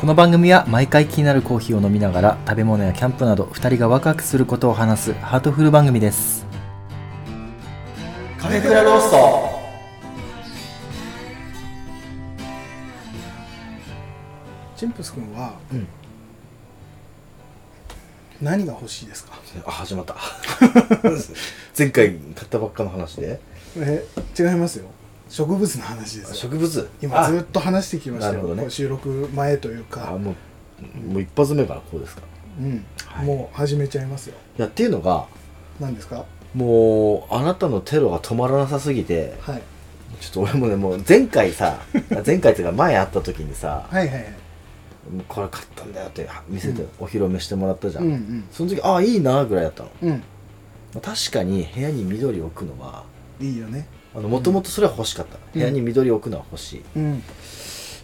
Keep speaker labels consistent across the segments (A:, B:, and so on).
A: この番組は毎回気になるコーヒーを飲みながら食べ物やキャンプなど2人がワクワクすることを話すハートフル番組です
B: カフェクラロースト
C: チンプス君は、
B: うん
C: 何が欲しいですか
B: あ始 まった前回買ったばっかの話で
C: え違いますよ植物の話ですよ
B: 植物
C: 今ずっ
B: っ
C: と話してきました
B: なる
C: よ、
B: ほどね
C: これ収録前という
B: あ
C: か、
B: もうもう一発目からこうですか
C: うん
B: はい
C: もう始めちゃいますよ
B: いやっていうのが
C: 何ですか
B: もうあなたのテロが止まらなさすぎて
C: はい
B: ちょっと俺もねもう前回さ あ前回っていうか前会った時にさ
C: はいはいはい
B: もうこれ買ったんだよって見せてお披露目してもらったじゃ、
C: うんん
B: その時ああいいなぐらいだったの
C: うんうん
B: 確かに部屋に緑を置くのはい
C: いよね
B: もともとそれは欲しかった、
C: うん
B: 部屋に緑を置くのは欲しい、
C: うん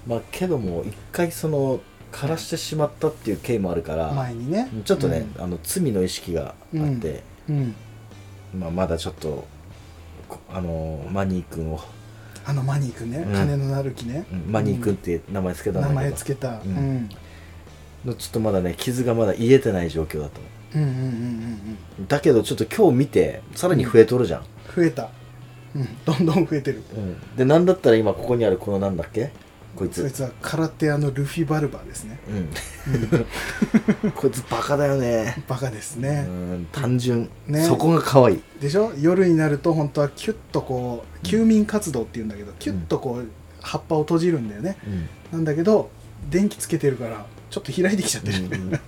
B: まあけども一回その枯らしてしまったっていう経緯もあるから、
C: 前にね
B: ちょっとね、あの罪の意識があって、
C: うん、うん
B: まあ、まだちょっとこあのマニー君を、
C: あのマニー君ね、
B: うん
C: 金のなる木ね、
B: うんマニー君って名前つけたんだ
C: 名
B: けど、
C: 前つけた、
B: う
C: うんんうん、
B: のちょっとまだね傷がまだ癒えてない状況だったの
C: うんうんうんうん
B: だけどちょっと今日見てさらに増えとるじゃん、
C: 増えた、うん、どんどん増えてる
B: うんでなんだったら今ここにあるこのなんだっけこいつ
C: そいつは空手屋のルフィバルバーですね、
B: うん、 こいつバカだよね
C: バカです
B: う
C: ね、
B: ん単純、
C: ね
B: そこが可愛い
C: でしょ夜になると本当はキュッとこう休眠活動っていうんだけどキュッとこう葉っぱを閉じるんだよね
B: うん
C: なんだけど電気つけてるからちょっと開いてきちゃってる、
B: うんうんバ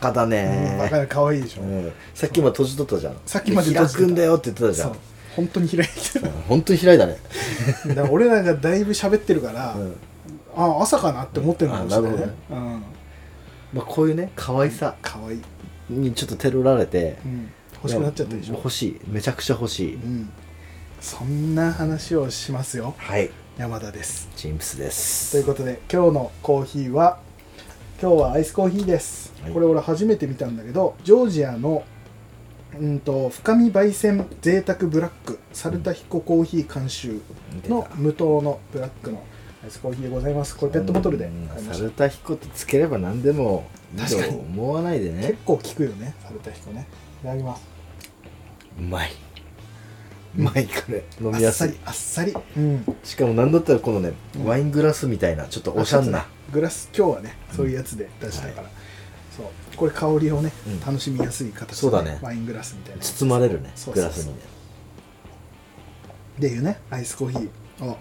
B: カだ
C: うん バカ
B: ね、
C: だ可愛いでしょ、
B: うんさっきも閉じとったじゃん
C: さっきまで閉
B: 開
C: じてた
B: くんだよって言ってたじゃ
C: そ
B: ん
C: う本当に開いてきて る
B: 本当に開いたね、
C: だから俺らがだいぶ喋ってるから、
B: うん
C: あ朝かなって思ってるのかもしれない
B: あなる
C: ね、うん、
B: まあ、こういうね可愛さ
C: 可愛い、
B: にちょっとテロられて、
C: うん、欲しくなっちゃったでし
B: いや
C: ょ
B: 欲、しいめちゃくちゃ欲しい、
C: うん、そんな話をしますよ
B: はい
C: 山田です
B: ジンプスです
C: ということで今日のコーヒーは今日はアイスコーヒーです、
B: はい
C: これ俺初めて見たんだけどジョージアのうんと深み焙煎贅沢ブラックサルタヒココーヒー監修の無糖のブラックのアイスコーヒーでございますこれペットボトルで
B: うん
C: 買いま
B: サ
C: した、
B: ルタヒコってつければ何でもいいと
C: 確かに
B: 思わないでね
C: 結構効くよねサルタヒコねいただきます
B: うまいうまいこれ飲みやすい
C: あっさりあっさり、うん、
B: しかも何だったらこのね、
C: うん
B: ワイングラスみたいなちょっとおしゃんな、
C: グラス今日はねそういうやつで出したから、そうこれ香りをね、
B: うん
C: 楽しみやすい形で、
B: そうだね
C: ワイングラスみたいな
B: 包まれるね
C: そう
B: グ
C: そうそう
B: ラスにね
C: っていうねアイスコーヒーを
B: はい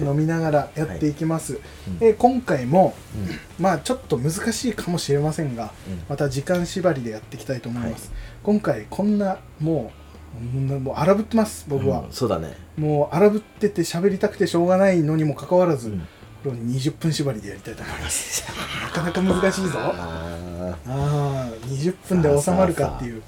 C: 飲みながらやっていきます、
B: うん
C: で今回も
B: うん
C: まあちょっと難しいかもしれませんが
B: うん
C: また時間縛りでやっていきたいと思います、今回こんなもううんもう荒ぶってます僕は
B: うん、そうだね、
C: もう荒ぶってて喋りたくてしょうがないのにもかかわらず、
B: うん
C: これを20分縛りでやりたいと思います なかなか難しいぞあ
B: あ
C: あ20分で収まるかっていう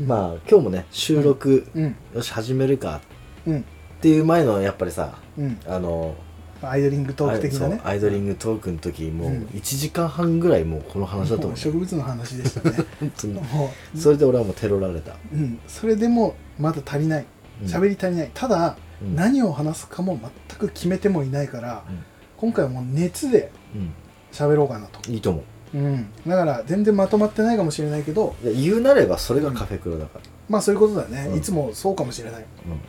B: ーまあ今日もね収録、
C: うん
B: よし始めるか
C: うん
B: っていう前のやっぱりさ
C: うん
B: あの
C: アイドリングトーク的なね
B: あそうアイドリングトークの時もう
C: うん
B: 1時間半ぐらいもうこの話だ
C: も
B: と思
C: う
B: う
C: 植物の話でしたね
B: 本当に
C: もう
B: それで俺はもうテロられた
C: うん、それでもまだ足りない
B: うん
C: 喋り足りない、ただ、
B: うん
C: 何を話すかも全く決めてもいないから、
B: うん
C: 今回はもう熱で
B: う
C: 喋ろうかなと、
B: んいいと思う
C: うん、だから全然まとまってないかもしれないけど
B: で言うなればそれがカフェクロだから
C: まあそういうことだね、
B: うん
C: いつもそうかもしれない、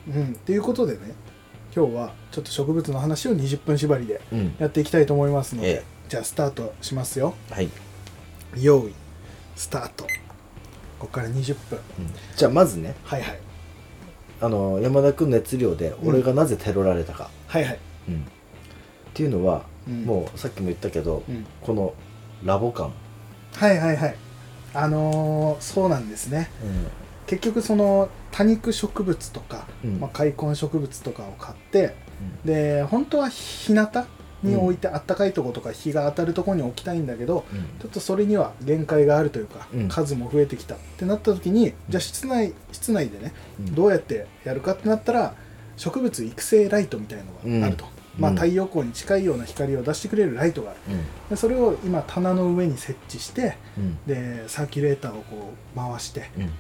C: うん、っていうことでね今日はちょっと植物の話を20分縛りで
B: うん、うん
C: やっていきたいと思いますので、
B: ええ
C: じゃあスタートしますよ
B: はい、
C: 用意スタートここから20分
B: うんじゃあまずね
C: はいはい
B: あの山田君の熱量で俺がなぜテロられたか、
C: はいはい、
B: うんっていうのは、
C: うん
B: もうさっきも言ったけど、
C: うん
B: このラボ感、
C: はいはいはいあのーそうなんですね結局その多肉植物とか、
B: うん
C: まあ、開根植物とかを買ってで本当は日向に置いてあったかいとことか日が当たるところに置きたいんだけどちょっとそれには限界があるというか、
B: うん
C: 数も増えてきたってなった時にじゃあ室内室内でねどうやってやるかってなったら植物育成ライトみたいのがあると、
B: うん
C: まあ、
B: うん
C: 太陽光に近いような光を出してくれるライトがある
B: う
C: でそれを今棚の上に設置して
B: んうん
C: でサーキュレーターをこう回して
B: うん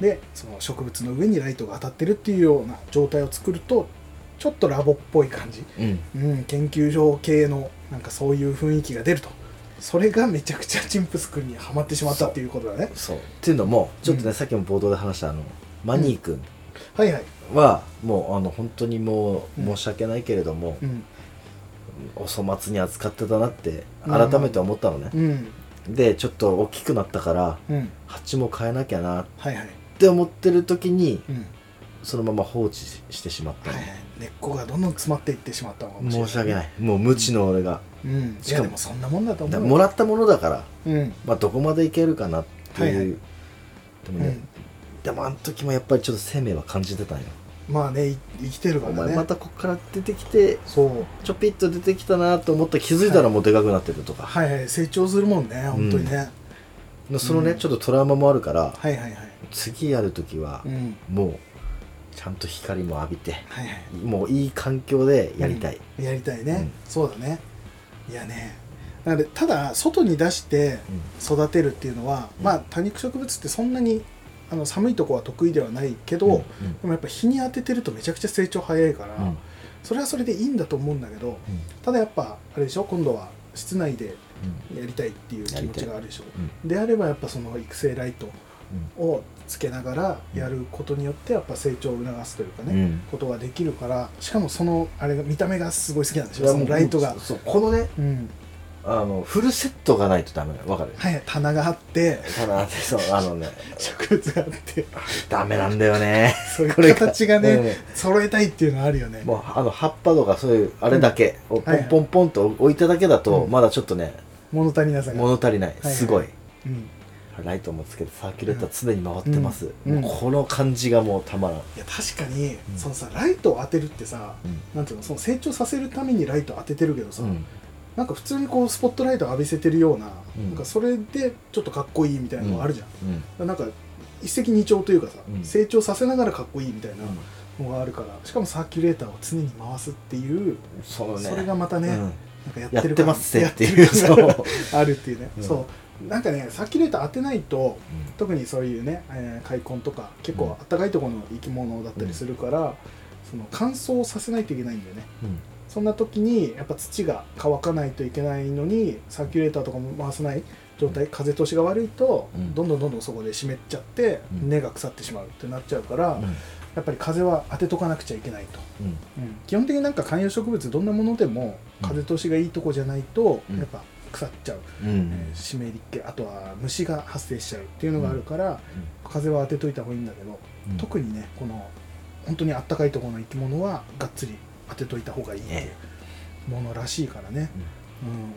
C: でその植物の上にライトが当たってるっていうような状態を作るとちょっとラボっぽい感じ、
B: うん
C: うん、研究所系のなんかそういう雰囲気が出るとそれがめちゃくちゃチンプス君にはまってしまったっていうことだね
B: そうっていうのもちょっとね、
C: うん
B: さっきも冒頭で話したあのマニー君
C: はいはい、
B: は、もうあの本当にもう
C: うん
B: 申し訳ないけれども、
C: うん
B: お粗末に扱ってたなって
C: うん
B: 改めて思ったのね、
C: うん
B: でちょっと大きくなったから
C: うん、
B: 蜂も変えなきゃなっ
C: はいはい、
B: て思ってる時に
C: うん
B: そのまま放置してしまった
C: はい
B: の、
C: はい、根っこがどんどん詰まっていってしまったのかもしれない
B: 申し訳ないもう無知の俺が、
C: うん、い
B: し
C: や
B: かも
C: でもそんなもんだと
B: だ
C: 思う
B: もらったものだから、
C: うん
B: まあ、どこまでいけるかなっていう、
C: はいは
B: でもね、
C: うん
B: でもあの時もやっぱりちょっと生命は感じてたんよ、
C: まあねい生きてるか
B: お
C: ら
B: 前
C: ね
B: またこっから出てきて
C: そう
B: ちょぴっと出てきたなと思ったら気づいたらもうでかくなってるとか、
C: はいはい成長するもんね本当にね、
B: そのね、
C: うん
B: ちょっとトラウマもあるから
C: はいはいはい
B: 次やる時は
C: うん
B: もうちゃんと光も浴びて
C: はいは
B: もういい環境でやりたい、
C: いやりたいね、
B: うん
C: そうだねいやねなのでただ外に出して育てるっていうのは、
B: うん
C: まあ多肉植物ってそんなにあの寒いとこは得意ではないけど、
B: うん
C: でもやっぱ日に当ててるとめちゃくちゃ成長早いから、
B: うんうん
C: それはそれでいいんだと思うんだけどただやっぱあれでしょ今度は室内でやりたいっていう気持ちがあるでしょ
B: うん
C: であればやっぱその育成ライトをつけながらやることによってやっぱ成長を促すというか
B: う
C: ね、
B: んうん
C: ことができるからしかもそのあれが見た目がすごい好きなんでし
B: い
C: ょ
B: や
C: そ
B: も
C: の
B: う
C: ライトが、
B: そうこのね
C: うん、
B: あのフルセットがないとダメなのわかる
C: はい棚があ って
B: ただそうあのね
C: 植物があって
B: ダメなんだよね
C: そういう
B: これが
C: 形がね
B: うん
C: 揃えたいっていうのはあるよね
B: もうあの葉っぱとかそういうあれだけをポ
C: はいは
B: ン
C: い
B: ポンポンと置いただけだと
C: うん
B: まだちょっとね
C: 物足りなさが、
B: 物足りない
C: はいはい
B: すごい
C: うん、
B: ライトもつけてサーキュレーター常に回ってます
C: うん
B: もうこの感じがもうたまらん
C: いや確かに、
B: うん
C: そのさライトを当てるってさなんていうのその成長させるためにライトを当ててるけどさ、
B: うん
C: なんか普通にこうスポットライトを浴びせてるような,、
B: うん
C: なんかそれでちょっとかっこいいみたいなのがあるじゃん、
B: うん
C: なんか一石二鳥というかさ、
B: うん
C: 成長させながらかっこいいみたいな
B: うん
C: のがあるからしかもサーキュレーターを常に回すっていう、
B: そのね
C: それがまたね、
B: うん
C: なんかや
B: や
C: っ
B: って
C: る
B: て
C: 感
B: ますぜ
C: や
B: っていう
C: ってる感が
B: そう
C: あるっていうね、
B: うん
C: そうなんかねサーキュレーター当てないと特にそういうね、えー、開墾とか結構あったかいところの生き物だったりするから、その乾燥させないといけないんだよね
B: うん
C: そんな時にやっぱ土が乾かないといけないのにサーキュレーターとかも回さない状態風通しが悪いと、
B: うん
C: どんどんどんどんそこで湿っちゃって、
B: うん
C: 根が腐ってしまうってなっちゃうから、
B: うん
C: やっぱり風は当てとかなくちゃいけないと、
B: うん
C: うん基本的になんか観葉植物どんなものでも
B: うん
C: 風通しがいいとこじゃないと、
B: うん
C: やっぱ腐っちゃう、
B: うん
C: えー湿り気あとは虫が発生しちゃうっていうのがあるから、風は当てといた方がいいんだけど、
B: うん
C: 特にねこの本当にあったかいところの生き物はがっつり当てといた方がいいっていう
B: え
C: ものらしいからね、うん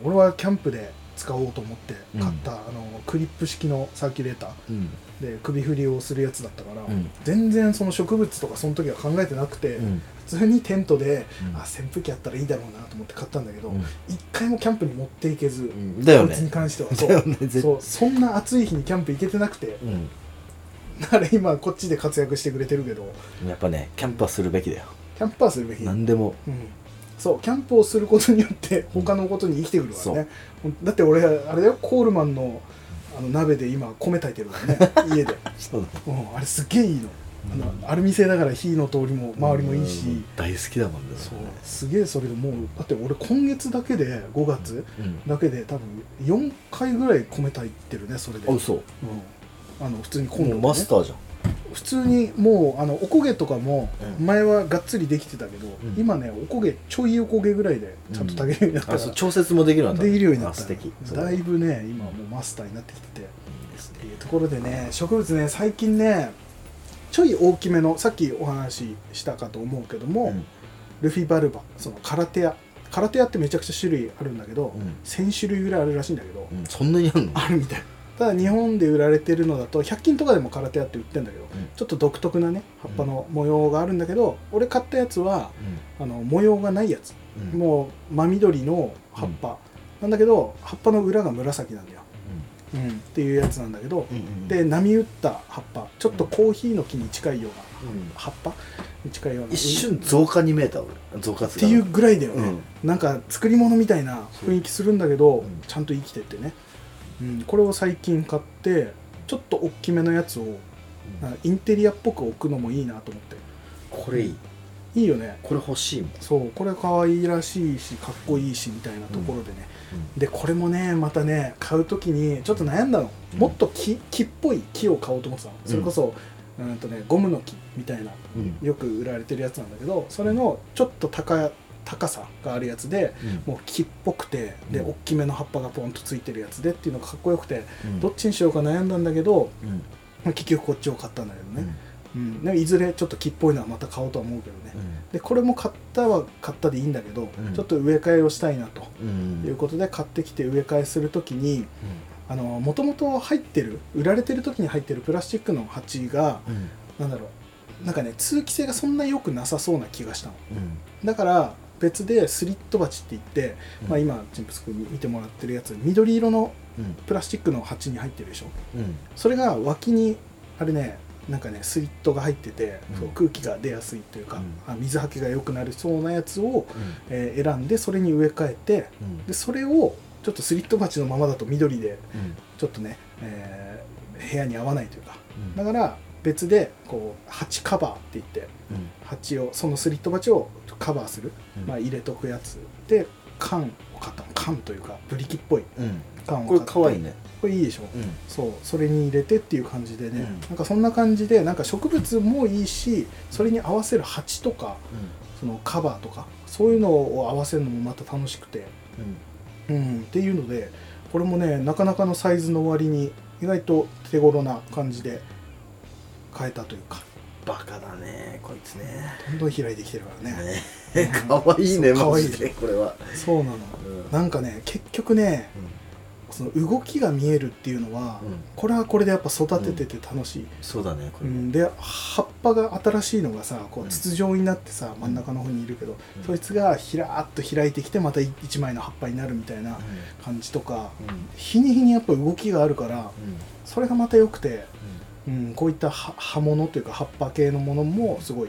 C: 俺はキャンプで使おうと思って買った、あのクリップ式のサーキュレータ
B: うん
C: ーで首振りをするやつだったから、
B: うん
C: 全然その植物とかその時は考えてなくて、
B: うん
C: 普通にテントで、
B: うん
C: あ扇風機あったらいいだろうなと思って買ったんだけど
B: うん
C: 一、回もキャンプに持っていけず、
B: うんだよ
C: こいつに
B: ね
C: 関してはそ
B: だよ
C: う
B: ね絶
C: そうそんな暑い日にキャンプ行けてなくて
B: うん
C: あれ今こっちで活躍してくれてるけど
B: やっぱねキャンプはするべきだよ
C: キャンプはするべき、うん、
B: 何でも
C: そうキャンプをすることによって他のことに生きてくるからね、だって俺あれだよコールマンのあの鍋で今米炊いてるから ね家で、
B: そう
C: う
B: だ
C: ん、あれすっげえいいのあのアルミ製だから火の通りも周りもいいし、
B: うん大好きだもんね
C: そうすげえそれでもうだって俺今月だけで5月
B: うん
C: だけで多分4回ぐらい米炊いてるねそれで、
B: あ
C: うん、
B: 嘘
C: あの普通に今
B: も
C: 度、
B: う
C: ね、
B: マスターじゃん
C: 普通にもうあのおこげとかも
B: うん
C: 前はがっつりできてたけど、
B: ん
C: 今ねおこげちょいおこげぐらいでちゃんと炊けるようになった
B: あ
C: か
B: そう
C: ら、
B: 調節もできるようになった
C: できるようになっ
B: あ
C: た
B: 素敵そう
C: だいぶね今もうマスターになってきててっていうところでね植物ね最近ねちょい大きめのさっきお話ししたかと思うけども、
B: うん
C: ルフィバルバその空手屋空手屋ってめちゃくちゃ種類あるんだけど、
B: うん
C: 1000種類ぐらいあるらしいんだけど、
B: うんそんなにあんの
C: あるみたいただ日本で売られてるのだと100均とかでも空手屋って売ってるんだけど、
B: ん
C: ちょっと独特なね葉っぱの模様があるんだけど、俺買ったやつは
B: う
C: あの模様がないやつ、
B: んうん
C: もう真緑の葉っぱなんだけど葉っぱの裏が紫なんだよ、うんっていうやつなんだけど、
B: うんうん
C: で波打った葉っぱちょっとコーヒーの木に近いような
B: うん
C: 葉っぱに近いような
B: 一瞬増加に見えた俺増加っ
C: っていうぐらいだよね、
B: う
C: なんか作り物みたいな雰囲気するんだけど、
B: うん
C: ちゃんと生きててね、うん、これを最近買ってちょっと大きめのやつをなんかインテリアっぽく置くのもいいなと思って
B: これいい
C: いいよね
B: これ欲しいもん
C: そうこれ可愛いらしいしかっこいいしみたいなところでね、
B: う
C: でこれもねまたね買う時にちょっと悩んだの、
B: うん
C: もっと木木っぽい木を買おうと思ってたのそれこそ、うん、とねゴムの木みたいな
B: うん
C: よく売られてるやつなんだけどそれのちょっと高高さがあるやつでもう木っぽくてで
B: うん
C: 大きめの葉っぱがポンとついてるやつでっていうのがかっこよくて
B: うん
C: どっちにしようか悩んだんだけど、
B: うん
C: まあ、結局こっちを買ったんだけど
B: うん
C: ね、うんでもいずれちょっと木っぽいのはまた買おうとは思うけどね、でこれも買ったは買ったでいいんだけど、
B: うん
C: ちょっと植え替えをしたいなと
B: うんうん
C: いうことで買ってきて植え替えするときにもともと入ってる売られてる時に入ってるプラスチックの鉢が
B: うん
C: なんだろうなんかね通気性がそんな良くなさそうな気がしたの
B: うん
C: だから別でスリット鉢って言って、
B: うん
C: まあ、今チンプス君に見てもらってるやつ緑色の
B: うん
C: プラスチックの鉢に入ってるでしょ
B: うん
C: それが脇にあれねなんかねスリットが入ってて、
B: うん
C: そう空気が出やすいというか、
B: うん
C: あ水はけが良くなるそうなやつを、
B: うん
C: えー選んでそれに植え替えて
B: うん
C: でそれをちょっとスリット鉢のままだと緑で
B: うん
C: ちょっとね、えー部屋に合わないというか
B: うん
C: だから別でこう鉢カバーって言って
B: うん
C: 鉢をそのスリット鉢をカバーする、
B: うん
C: まあ、入れとくやつで缶を買ったの缶というかブリキっぽい
B: うん
C: 缶を買
B: これ
C: って
B: かわいいね
C: これいいでしょ
B: うん
C: そうそれに入れてっていう感じでね、
B: うん
C: なんかそんな感じでなんか植物もいいしそれに合わせる鉢とかそのカバーとかそういうのを合わせるのもまた楽しくて、
B: うん
C: うん、っていうのでこれもねなかなかのサイズの割に意外と手頃な感じで変えたというか
B: バカだねこいつね
C: どんどん開いてきてるからね
B: ねかわいい
C: そ
B: ね
C: う
B: マ
C: 可愛い
B: ジでこれは
C: そうなの
B: うん
C: なんかね結局ねその動きが見えるっていうのは、
B: うん
C: これはこれでやっぱ育ててて楽しい、
B: そうだねこ
C: う
B: れ
C: ん、で葉っぱが新しいのがさこ
B: う
C: うん筒状になってさ、真ん中の方にいるけど、
B: うん
C: そいつがひらーっと開いてきてまた一枚の葉っぱになるみたいな感じとか、
B: うん
C: 日に日にやっぱ動きがあるから
B: うん
C: それがまた良くて、うん、こういった葉葉物というか葉っぱ系のものもすごい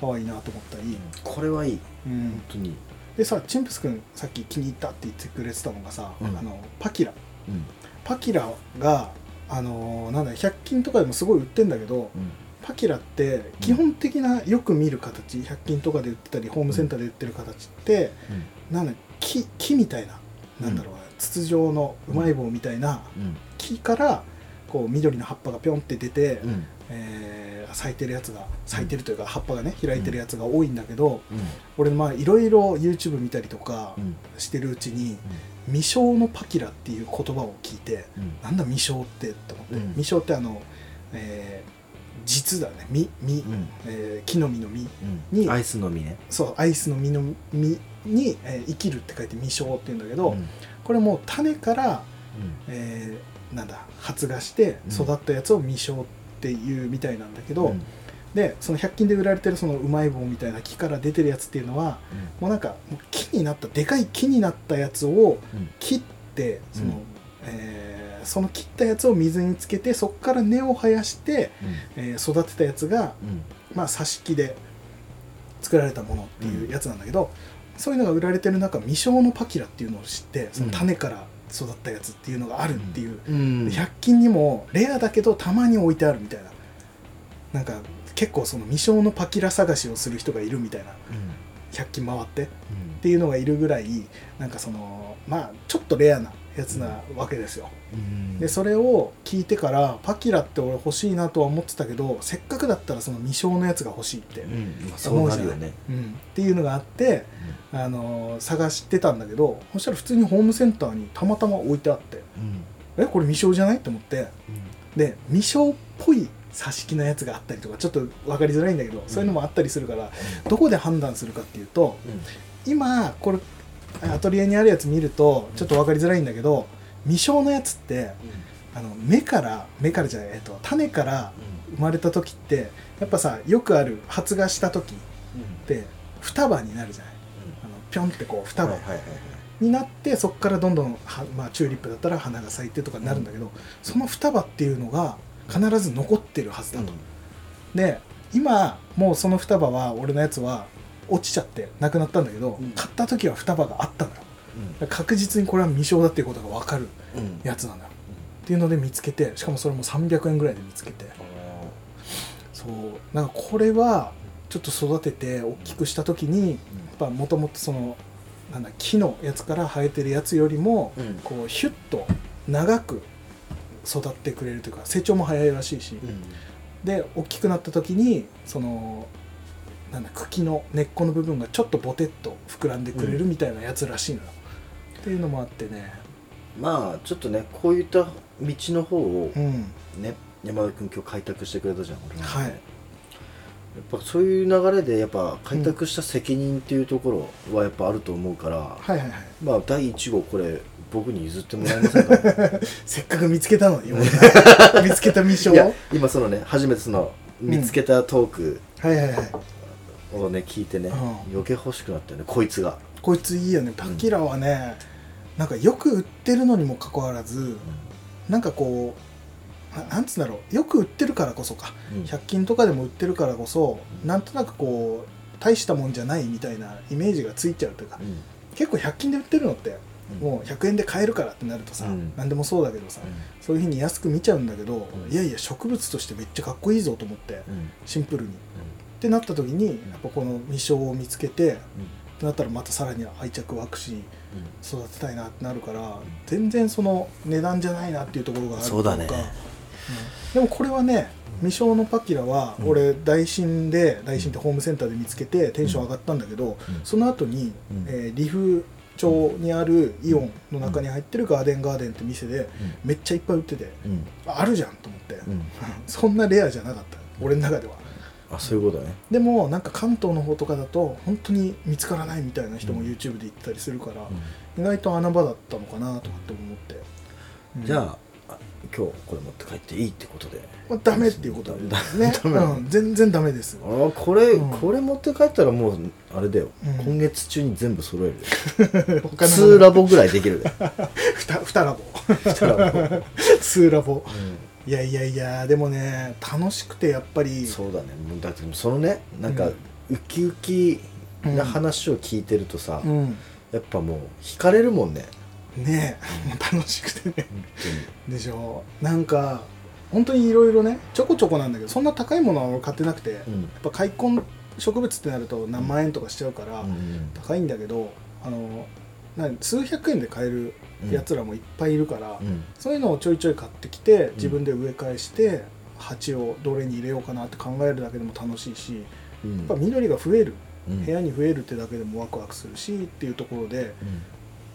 C: 可愛いなと思ったり、
B: これはいい
C: うん
B: 本、当に
C: でさチンプスくんさっき気に入ったって言ってくれてたのがさ、
B: うん
C: あのパキラ
B: うん
C: パキラがあのーなんだ100均とかでもすごい売ってんだけど、
B: うん
C: パキラって基本的なよく見る形100均とかで売ってたりホームセンターで売ってる形って、なんだ木木みたいななんだろうな、筒状のうまい棒みたいな
B: うん
C: 木からこう緑の葉っぱがぴょんって出て、
B: うん
C: えー咲いてるやつが咲いてるというか葉っぱがね開いてるやつが多いんだけど、
B: うん
C: 俺まあいろいろ YouTube 見たりとか
B: うん
C: してるうちに未生のパキラっていう言葉を聞いて
B: うん
C: なんだ未生ってと思って、
B: うん
C: 未生ってあの、えー実だね実実、
B: うん
C: えー木の実の実
B: うん
C: に
B: アイスの実ね
C: そうアイスの実の実に、えー生きるって書いて実生って言うんだけど、
B: うんうん
C: これもう種から、えーなんだ発芽して
B: うん
C: 育ったやつを実生っていうみたいなんだけど、
B: うん
C: でその100均で売られてるそのうまい棒みたいな木から出てるやつっていうのはもうなんかもう木になったでかい木になったやつを
B: うん
C: 切ってその、
B: うん
C: えーその切ったやつを水につけてそこから根を生やして、えー育てたやつが
B: うんうん
C: まあ、挿し木で作られたものっていうやつなんだけど、そういうのが売られてる中未生のパキラっていうのを知ってその種から育ったやつっていうのがあるっていう、
B: うん
C: 100均にもレアだけどたまに置いてあるみたいななんか結構その未生のパキラ探しをする人がいるみたいな
B: うん
C: 100均回ってっ
B: うん
C: ていうのがいるぐらいなんかそのまあちょっとレアなやつなわけですよ。
B: うん
C: でそれを聞いてからパキラって俺欲しいなとは思ってたけどせっかくだったらその未生のやつが欲しいって
B: うんまあそうなるよね
C: うん、っていうのがあって、あのー探してたんだけどそしたら普通にホームセンターにたまたま置いてあって
B: うん
C: えこれ未生じゃないと思って
B: うん
C: で未生っぽい挿し木のやつがあったりとかちょっと分かりづらいんだけど、そういうのもあったりするからどこで判断するかっていうと
B: うん
C: 今これアトリエにあるやつ見るとちょっと分かりづらいんだけど未生のやつってあの目から目からじゃない、えっと、種から生まれた時ってやっぱさよくある発芽した時って双葉になるじゃない。あのピョンってこう双
B: はいは
C: 葉
B: いはいはい
C: になってそこからどんどんは、まあ、チューリップだったら花が咲いてとかになるんだけど、その双葉っていうのが必ず残ってるはずだと、で今もうその双葉は俺のやつは落ちちゃってなくなったんだけど、
B: うん
C: 買った時は双葉があったのよだから確実にこれは未生だっていうことが分かる
B: うんうん
C: やつなんだよっていうので見つけてしかもそれも300円ぐらいで見つけて
B: あー
C: そうなんかこれはちょっと育てて大きくした時にやっぱもともとそのなんだ木のやつから生えてるやつよりも
B: うん
C: こうヒュッと長く育ってくれるというか成長も早いらしいしで大きくなった時にそのなんだ茎の根っこの部分がちょっとボテッと膨らんでくれるみたいなやつらしいのよ、っていうのもあってね
B: まあちょっとねこういった道の方を
C: うん
B: ね山田君今日開拓してくれたじゃん俺も
C: はい
B: やっぱそういう流れでやっぱ開拓した責任っていうところはやっぱあると思うから、
C: はいはいはい
B: まあ第1号これ僕に譲ってもらえませんか
C: せっかく見つけたのに見つけた未章を
B: い
C: は
B: や
C: い
B: 今そのね初めてその見つけたトーク
C: はいはい
B: をね聞いてね、
C: うん
B: 余計欲しくなったよねこいつが、
C: こいついいよねパキラはね、なんかよく売ってるのにもかかわらずなんかこうななんつうんだろうよく売ってるからこそか
B: うん
C: 100均とかでも売ってるからこそなんとなくこう大したもんじゃないみたいなイメージがついちゃうというか
B: うん
C: 結構100均で売ってるのって
B: うん
C: もう100円で買えるからってなるとさ、
B: うん
C: 何でもそうだけどさ、そういうふうに安く見ちゃうんだけど、
B: うん
C: いやいや植物としてめっちゃかっこいいぞと思って
B: うんうん
C: シンプルに。ってなった時にやっぱこの未章を見つけてっ
B: うん
C: てなったらまたさらに愛着湧くし
B: うん
C: 育てたいなってなるから全然その値段じゃないなっていうところがあるとい
B: そうだね
C: かでもこれはね未章のパキラは俺大新で大新ってホームセンターで見つけてテンション上がったんだけど
B: うん
C: その後に、
B: うん
C: えーリフ町にあるイオンの中に入ってるガーデンガーデンって店でめっちゃいっぱい売ってて
B: うん
C: あるじゃんと思って、
B: うん
C: そんなレアじゃなかった俺の中では
B: あそういうことね
C: でもなんか関東の方とかだと本当に見つからないみたいな人も YouTube で言ってたりするから、意外と穴場だったのかなとかって思って、
B: じ
C: あ、
B: ゃああ今日これ持って帰っていいってことで
C: まあ、ダメっていうことですね
B: ダメ
C: うん、全然ダメです
B: あーこれ、
C: うん
B: これ持って帰ったらもうあれだよ、
C: うん
B: 今月中に全部揃えるよ
C: 他
B: 2
C: の
B: ラボぐらいできる で
C: 2ラボ
B: 2ラボ、
C: 2ラボ
B: う
C: いやいやいやでもね楽しくてやっぱり
B: んそうだねもうだってそのねなんか、
C: うん
B: ウキウキな話を聞いてるとさ、
C: うん
B: やっぱもう惹かれるもんね
C: ねえもう楽しくてね
B: 本
C: でしょなんか本当にいろいろねちょこちょこなんだけどそんな高いものは俺買ってなくて、
B: 当
C: や
B: に
C: っぱ開墾植物ってなると何万円とかしちゃうから、
B: うんうん
C: 高いんだけどあの何数百円で買える
B: うん
C: やつらもいっぱいいるから、
B: うん
C: そういうのをちょいちょい買ってきて自分で植え替えして鉢をどれに入れようかなって考えるだけでも楽しいしや
B: うん
C: っぱ緑が増える
B: うん
C: 部屋に増えるってだけでもワクワクするしっていうところで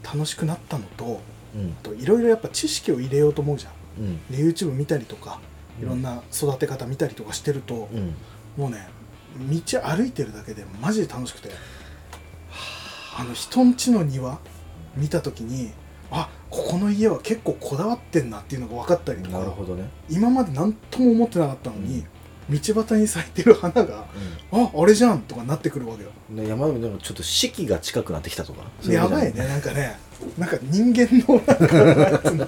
C: 楽しくなったのと
B: う
C: あ
B: ん
C: といろいろやっぱ知識を入れようと思うじゃん。
B: うん
C: で YouTube 見たりとか
B: うん
C: いろんな育て方見たりとかしてると、
B: うん
C: もうね道歩いてるだけでマジで楽しくてあの人んちの庭見た時にあここの家は結構こだわってんなっていうのが分かったりと
B: なる
C: か
B: ほどね、
C: 今まで何とも思ってなかったのに、道端に咲いてる花がああれじゃんとかなってくるわけよ
B: ね山上でもちょっと四季が近くなってきたとかそうう
C: や
B: こと
C: ば
B: じゃ
C: いねなんかねなんか人間のなんか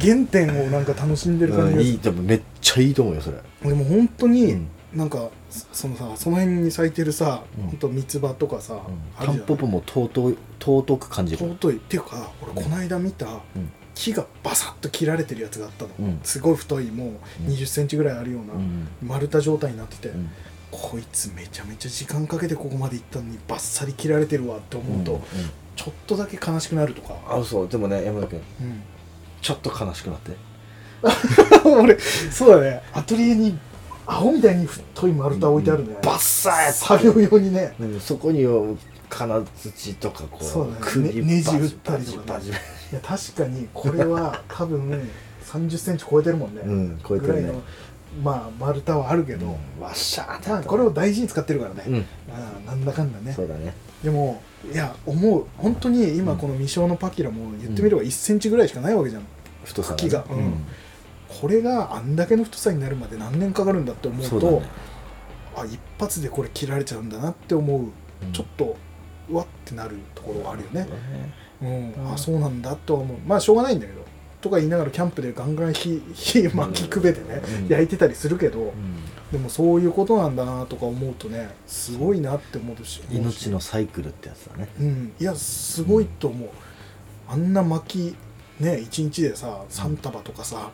C: 原点をなんか楽しんでる感じ
B: う
C: が
B: ん
C: す
B: い
C: る
B: いでもめっちゃいいと思うよそれ
C: でも本当に、
B: うん
C: なんかそそのさその辺に咲いてるさ、
B: うん
C: ほんと三つ葉とかさ、あるじ
B: タ
C: ゃん
B: ンポポも尊い尊く感じる
C: 尊いっていうか俺この間見た
B: うん
C: 木がバサッと切られてるやつがあったの、
B: うん
C: すごい太いもう
B: うん
C: 2 0ンチぐらいあるような、
B: うん
C: 丸太状態になってて、
B: うん
C: こいつめちゃめちゃ時間かけてここまで行ったのにバッサリ切られてるわって思うと、
B: うん
C: ちょっとだけ悲しくなるとか、
B: あそうでもね山田君
C: うん、
B: ちょっと悲しくなって
C: 俺そうだねアトリエに青みたいに太い丸太置いてあるね、
B: バッサーやつ
C: 作業用にね
B: うんそこによ金槌とかこう
C: そうだね
B: 釘
C: ねねじ
B: バ
C: 打
B: チ
C: ったりとかね
B: バチバチ
C: いや確かにこれは多分3 0ンチ超えてるもんね、
B: うん超えて
C: ぐら
B: る
C: い
B: ね
C: のまあ丸太はあるけど、
B: うんわっしゃーって
C: まあこれを大事に使ってるからね、
B: うん
C: ああなんだかんだね
B: そうだね
C: でもいや思う本当に今この未生のパキラも言ってみれば1センチぐらいしかないわけじゃん
B: 太さね
C: 茎がうんこれがあんだけの太さになるまで何年かかるんだって思う
B: そ
C: と
B: うだね
C: あ一発でこれ切られちゃうんだなって思う、
B: うん
C: ちょっとうわってなるところがあるよね、うん
B: うん
C: あそうなんだとは思うまあしょうがないんだけどとか言いながらキャンプでガンガン火火巻きくべてね、
B: うん
C: 焼いてたりするけど、
B: うん
C: でもそういうことなんだなとか思うとねすごいなって思うし
B: 命のサイクルってやつだね
C: うんいやすごいと思う、あんな巻きね一日でさ3束とかさ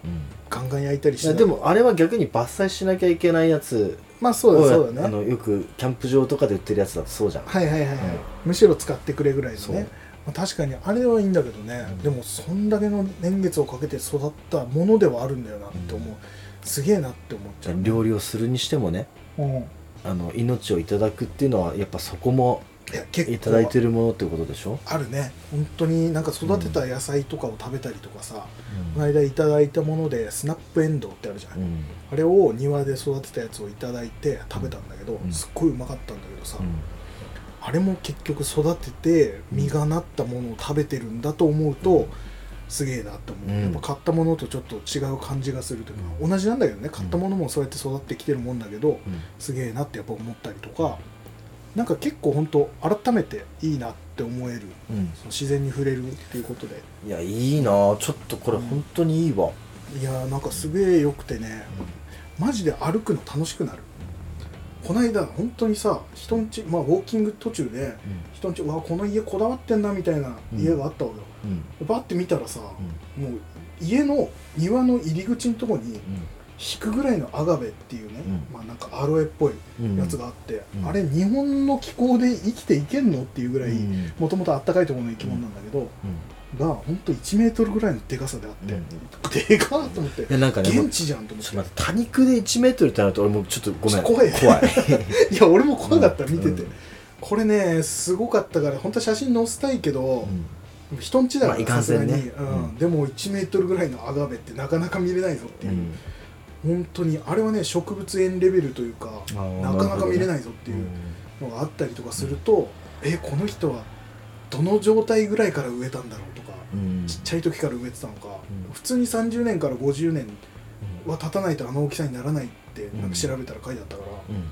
C: ガンガン焼いたりし
B: い
C: て
B: やでもあれは逆に伐採しなきゃいけないやつ
C: まあそうだそうだ
B: あ
C: ね
B: のよくキャンプ場とかで売ってるやつだとそうじゃん、
C: はいはいはいはい、
B: うん
C: むしろ使ってくれぐらいの
B: そう
C: ね、まあ、確かにあれはいいんだけどね、でもそんだけの年月をかけて育ったものではあるんだよなって思う、すげえなって思っちゃう、
B: 料理をするにしてもね
C: うん、い
B: あの命をいただくっていうのはやっぱそこも
C: や結構
B: いただいてるものってことでしょ、
C: あるね本当になんか育てた野菜とかを食べたりとかさ、こ
B: うん
C: の間いただいたものでスナップエンドウってあるじゃん、
B: うん
C: あれを庭で育てたやつをいただいて食べたんだけど、
B: うん
C: すっごいうまかったんだけどさ、あれも結局育てて実がなったものを食べてるんだと思うと、すげえなって思う、
B: うん
C: やっぱ買ったものとちょっと違う感じがするというか、同じなんだけどね買ったものもそうやって育ってきてるもんだけど、
B: うん
C: すげえなってやっぱ思ったりとかなんか結構本当改めていいなって思える
B: うん
C: その自然に触れるっていうことで
B: いやいいなあちょっとこれ本当にいいわ、
C: いやーなんかすげえ良くてね、マジで歩くの楽しくなるこの間本当にさ人んちまあウォーキング途中で人んちうわこの家こだわってんなみたいな家があったわよ、
B: うんうん
C: バッて見たらさ、もう家の庭の入り口のとこに引くぐらいのアガベっていうね、
B: うん
C: まあなんかアロエっぽい
B: うん
C: やつがあって、
B: うん
C: あれ日本の気候で生きていけんのっていうぐらい
B: うん
C: もともとあったかいところの生き物なんだけど、がほんと1メートルぐらいのでかさであって、
B: うん
C: でかっと思って、
B: いやなんかねもう
C: 現地じゃんと思っ
B: ちょ
C: て
B: っと待って多肉で1メートルってなると俺もうちょっとごめん
C: 怖い
B: 怖い
C: いや俺も怖かった見てて、
B: うん
C: これねすごかったから本当は写真載せたいけど、人んちだか
B: まあい
C: ら
B: か
C: さ
B: ん
C: す
B: せ
C: が
B: ん
C: に、
B: ね
C: うん
B: うん
C: でも1メートルぐらいのアガベってなかなか見れないぞって
B: う
C: いう、
B: ん
C: 本当にあれはね植物園レベルというか
B: あー
C: なかなか見れないぞって
B: う
C: い
B: ん
C: うのがあったりとかすると、えこの人はどの状態ぐらいから植えたんだろうとか、
B: うん
C: ちっちゃい時から植えてたのか、
B: うん
C: 普通に30年から50年は経たないとあの大きさにならないってなんか調べたら書いてあったから、
B: うん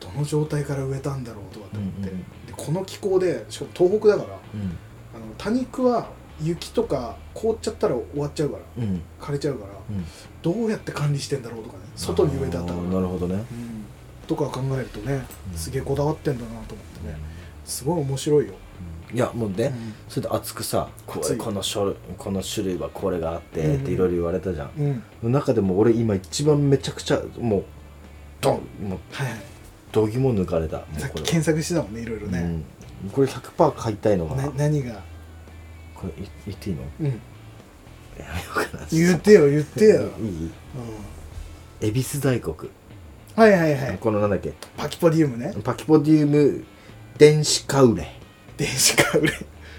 C: どの状態から植えたんだろうとかって思って、
B: うんうん
C: でこの気候でしかも東北だから
B: うん
C: あの多肉は雪とか凍っちゃったら終わっちゃうから
B: うん
C: 枯れちゃうから
B: うん
C: どうやって管理してんだろうとかね外に植えてあったか
B: あ
C: ら、
B: ーなるほどね
C: うん、とか考えるとね
B: うん
C: すげえこだわってんだなと思ってねすごい面白いよ、
B: いやもうね、
C: うん
B: それで熱くさこ
C: 熱
B: れ
C: い
B: この種類この種類はこれがあって、
C: うん
B: っていろいろ言われたじゃん、
C: うん、
B: 中でも俺今一番めちゃくちゃもうドンもう
C: はいはい
B: 度肝抜かれたもう
C: さっき
B: これ
C: 検索してたもんねいろいろね、
B: うん、これ100%買いたいのが
C: な何が、
B: これい言っていいのや
C: うん、
B: めようかな
C: 言ってよ言ってよ、
B: いい
C: うん、
B: 恵比寿大国、
C: はいはいはい
B: このなんだっけ
C: パキポディウムね
B: パキポディウム電子カウレ
C: 電子カウレ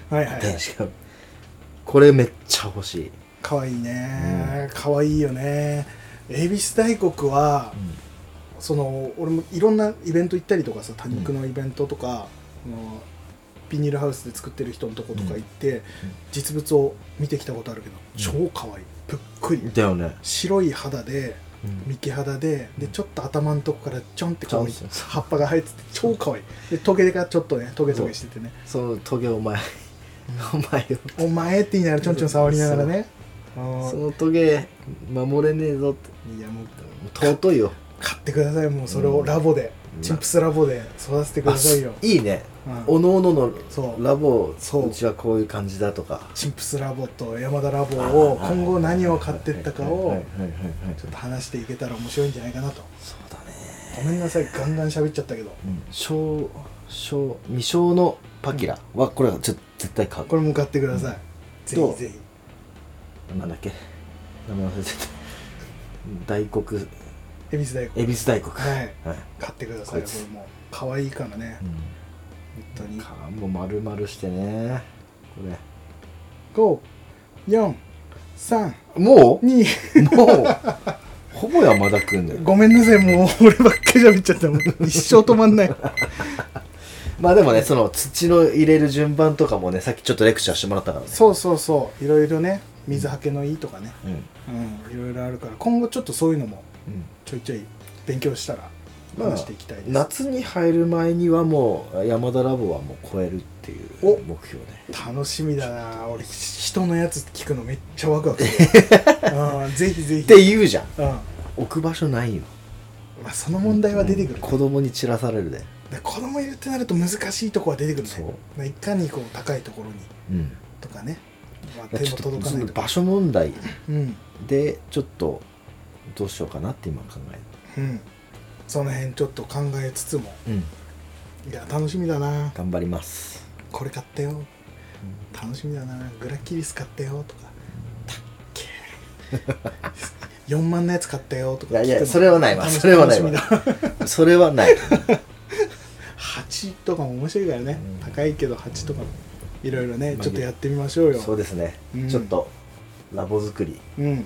C: はいはい、
B: 電子カウレこれめっちゃ欲しい、
C: かわいいね、かわいいよね恵比寿大国は、その俺もいろんなイベント行ったりとかさ多肉のイベントとか、そのビニールハウスで作ってる人のとことか行って、実物を見てきたことあるけど、超かわいいぷっくり、
B: だよね、
C: 白い肌で幹肌ででちょっと頭のとこからちょんってこう
B: ちょんって
C: 葉っぱが生えてて超かわいいでトゲがちょっとねトゲトゲしててね
B: そのトゲお前お前よ
C: 「お前」って言いながらちょんちょん触りながらねうん
B: そのトゲ守れねえぞって
C: いやもう
B: もう尊いよ
C: 買ってくださいもうそれをラボで、
B: うん
C: チンプスラボで育ててくださいよ
B: あ、いいね、
C: う
B: おのおのの
C: そう
B: ラボ
C: そうう
B: ちはこういう感じだとか
C: チンプスラボと山田ラボを今後何を買ってったか
B: はい
C: を
B: はいはいはいはい
C: ちょっと話していけたら面白いんじゃないかなと
B: そうだね、
C: ごめんなさいガンガン喋っちゃったけど
B: 小小未小のパキラはこれはちょっと絶対買う
C: これも買ってください、ぜ
B: どう
C: ひぜひ
B: なんだっけ名前忘れてた大黒
C: 恵比寿大根
B: 恵比寿大黒
C: はい
B: はい
C: 買ってくださ
B: こ
C: い
B: い
C: こ
B: つ
C: れも可愛いからね本当
B: うん、
C: に
B: かもう丸々してねこれ
C: 5432
B: もうもうほぼ山田君だよ
C: ごめんなさいもう俺ばっかり喋っちゃった もう一生止まんない
B: まあでもねその土の入れる順番とかもねさっきちょっとレクチャーしてもらったからね
C: そうそうそういろいろね水はけのいいとかね
B: うん、
C: うんいろいろあるから今後ちょっとそういうのも
B: うん
C: ちょいちょい勉強したら
B: まあ
C: 話していきたいです、
B: 夏に入る前にはもう山田ラボはもう超えるっていう
C: お
B: 目標ね
C: 楽しみだな俺人のやつ聞くのめっちゃワクワク するうんぜひぜひ
B: って言うじゃん
C: うんま
B: 置く場所ないよ
C: あ、その問題は出てくる、
B: 子供に散らされるで
C: で子供いるってなると難しいとこは出てくる
B: そう
C: ねまあいかにこう高いところに
B: うん
C: とかね、まあ、
B: いや
C: 手も
B: ちょっと
C: 届かないとか
B: 場所問題
C: うん
B: でちょっとどうしようかなって今考え
C: うんその辺ちょっと考えつつも
B: うん
C: いや楽しみだな
B: 頑張ります
C: これ買ったよ楽しみだなグラキリス買ったよとか たっけー4万のやつ買ったよとか
D: いやいや
C: 聞くの
D: それはないわ
C: 楽し
D: それはないわ
C: 楽しみだ
D: それは ない
C: 8とかも面白いからね、
D: うん
C: 高いけど8とかもいろいろね
B: まあ
C: ちょっとやってみましょうよ
D: そうですね、
C: うん
D: ちょっとラボ作り
C: うん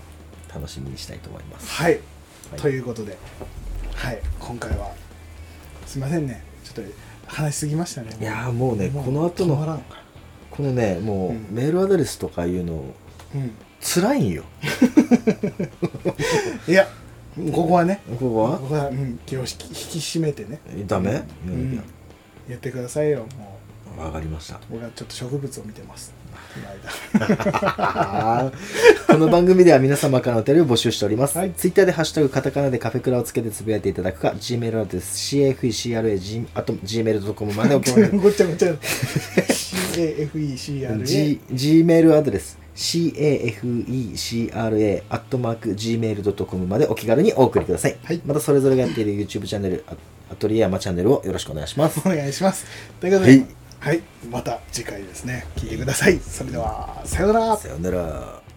B: 楽しみにしたいと思います
C: はい、
B: はい
C: ということではい今回はすいませんねちょっと話しすぎましたね
B: いやーもうね
C: もう
B: この後の
C: 止まらんのか
B: このねも
C: うん
B: うメールアドレスとかいうの
C: うん
B: 辛いんよ
C: いやここはね
B: ここ
C: こ
B: は
C: こは、うん、気を引き引き締めてね、
B: えダメ
C: う
B: いやい
C: ん
B: や、
C: 言ってくださいよも
B: わかりました
C: う俺はちょっと植物を見てますこの間
B: あーこの番組では皆様からのお便りを募集しております。
C: はい
B: ツイッターでハッシュタグカタカナでカフェクラをつけてつぶやいていただくか、Gmail アドレス CFECRA あと Gmail.com までお気持
C: ごちゃごちゃ CAFECRA、
B: G Gmail アドレス CAFECRA アットマーク Gmail.com までお気軽にお送りください。
C: はい
B: またそれぞれがやっている YouTube チャンネルあアトリエ山チャンネルをよろしくお願いします。
C: お願いしますということで、はい、また次回ですね聞いてくださいそれではさようなら
B: さようなら。